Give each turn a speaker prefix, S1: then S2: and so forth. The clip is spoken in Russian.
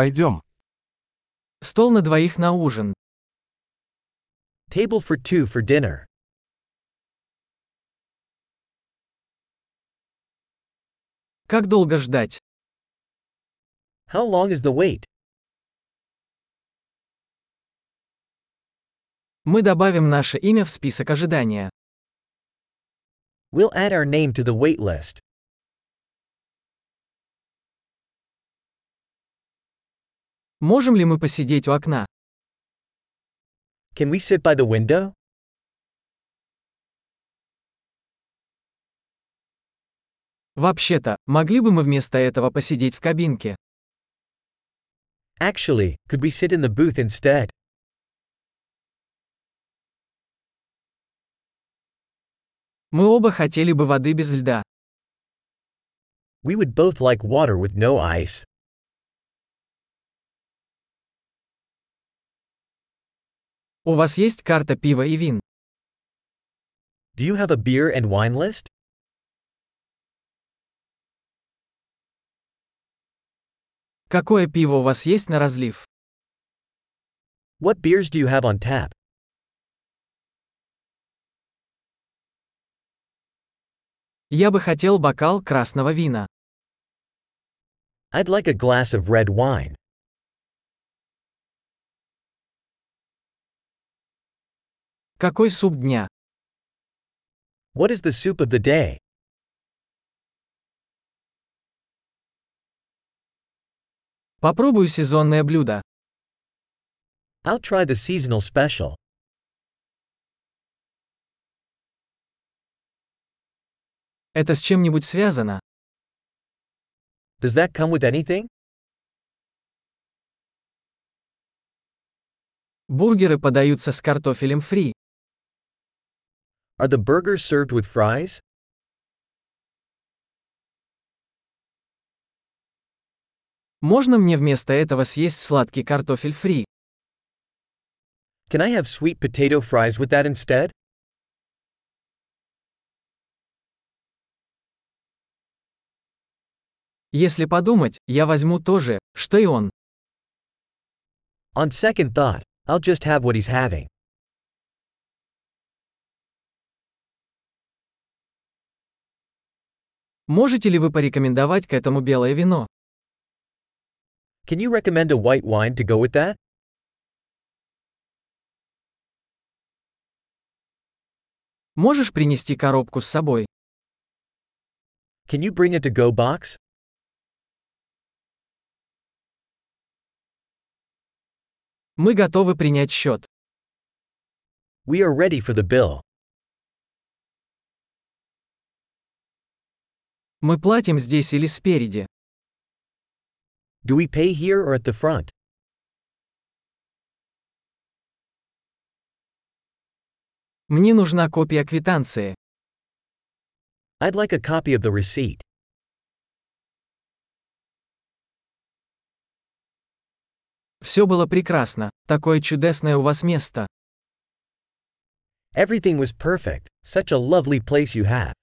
S1: Пойдем.
S2: Стол на двоих на ужин.
S3: Table for two for dinner.
S2: Как долго ждать?
S3: How long is the wait?
S2: Мы добавим наше имя в список ожидания.
S3: We'll add our name to the wait list.
S2: Можем ли мы посидеть у окна?
S3: Can we sit by the window?
S2: Вообще-то, могли бы мы вместо этого посидеть в кабинке?
S3: Actually, could we sit in the booth instead?
S2: Мы оба хотели бы воды без льда.
S3: We would both like water with no ice.
S2: У вас есть карта пива и вин?
S3: Do you have a beer and wine list?
S2: Какое пиво у вас есть на разлив?
S3: What beers do you have on tap?
S2: Я бы хотел бокал красного вина.
S3: I'd like a glass of red wine.
S2: Какой суп дня?
S3: What is the soup of the day?
S2: Попробую сезонное блюдо.
S3: I'll try the seasonal special.
S2: Это с чем-нибудь связано?
S3: Does that come with anything?
S2: Бургеры подаются с картофелем фри.
S3: Are the burgers served with fries?
S2: Можно мне вместо этого съесть сладкий картофель фри?
S3: Can I have sweet potato fries with that instead?
S2: Если подумать, я возьму то же, что и он.
S3: On second thought, I'll just have what he's having.
S2: Можете ли вы порекомендовать к этому белое вино?
S3: Can you recommend a white wine to go with that?
S2: Можешь принести коробку с собой?
S3: Can you bring a to go box?
S2: Мы готовы принять счет.
S3: We are ready for the bill.
S2: Мы платим здесь или спереди.
S3: Do we pay here or at the front?
S2: Мне нужна копия квитанции.
S3: I'd like a copy of the receipt.
S2: Все было прекрасно. Такое чудесное у вас место.
S3: Everything was perfect, such a lovely place you have.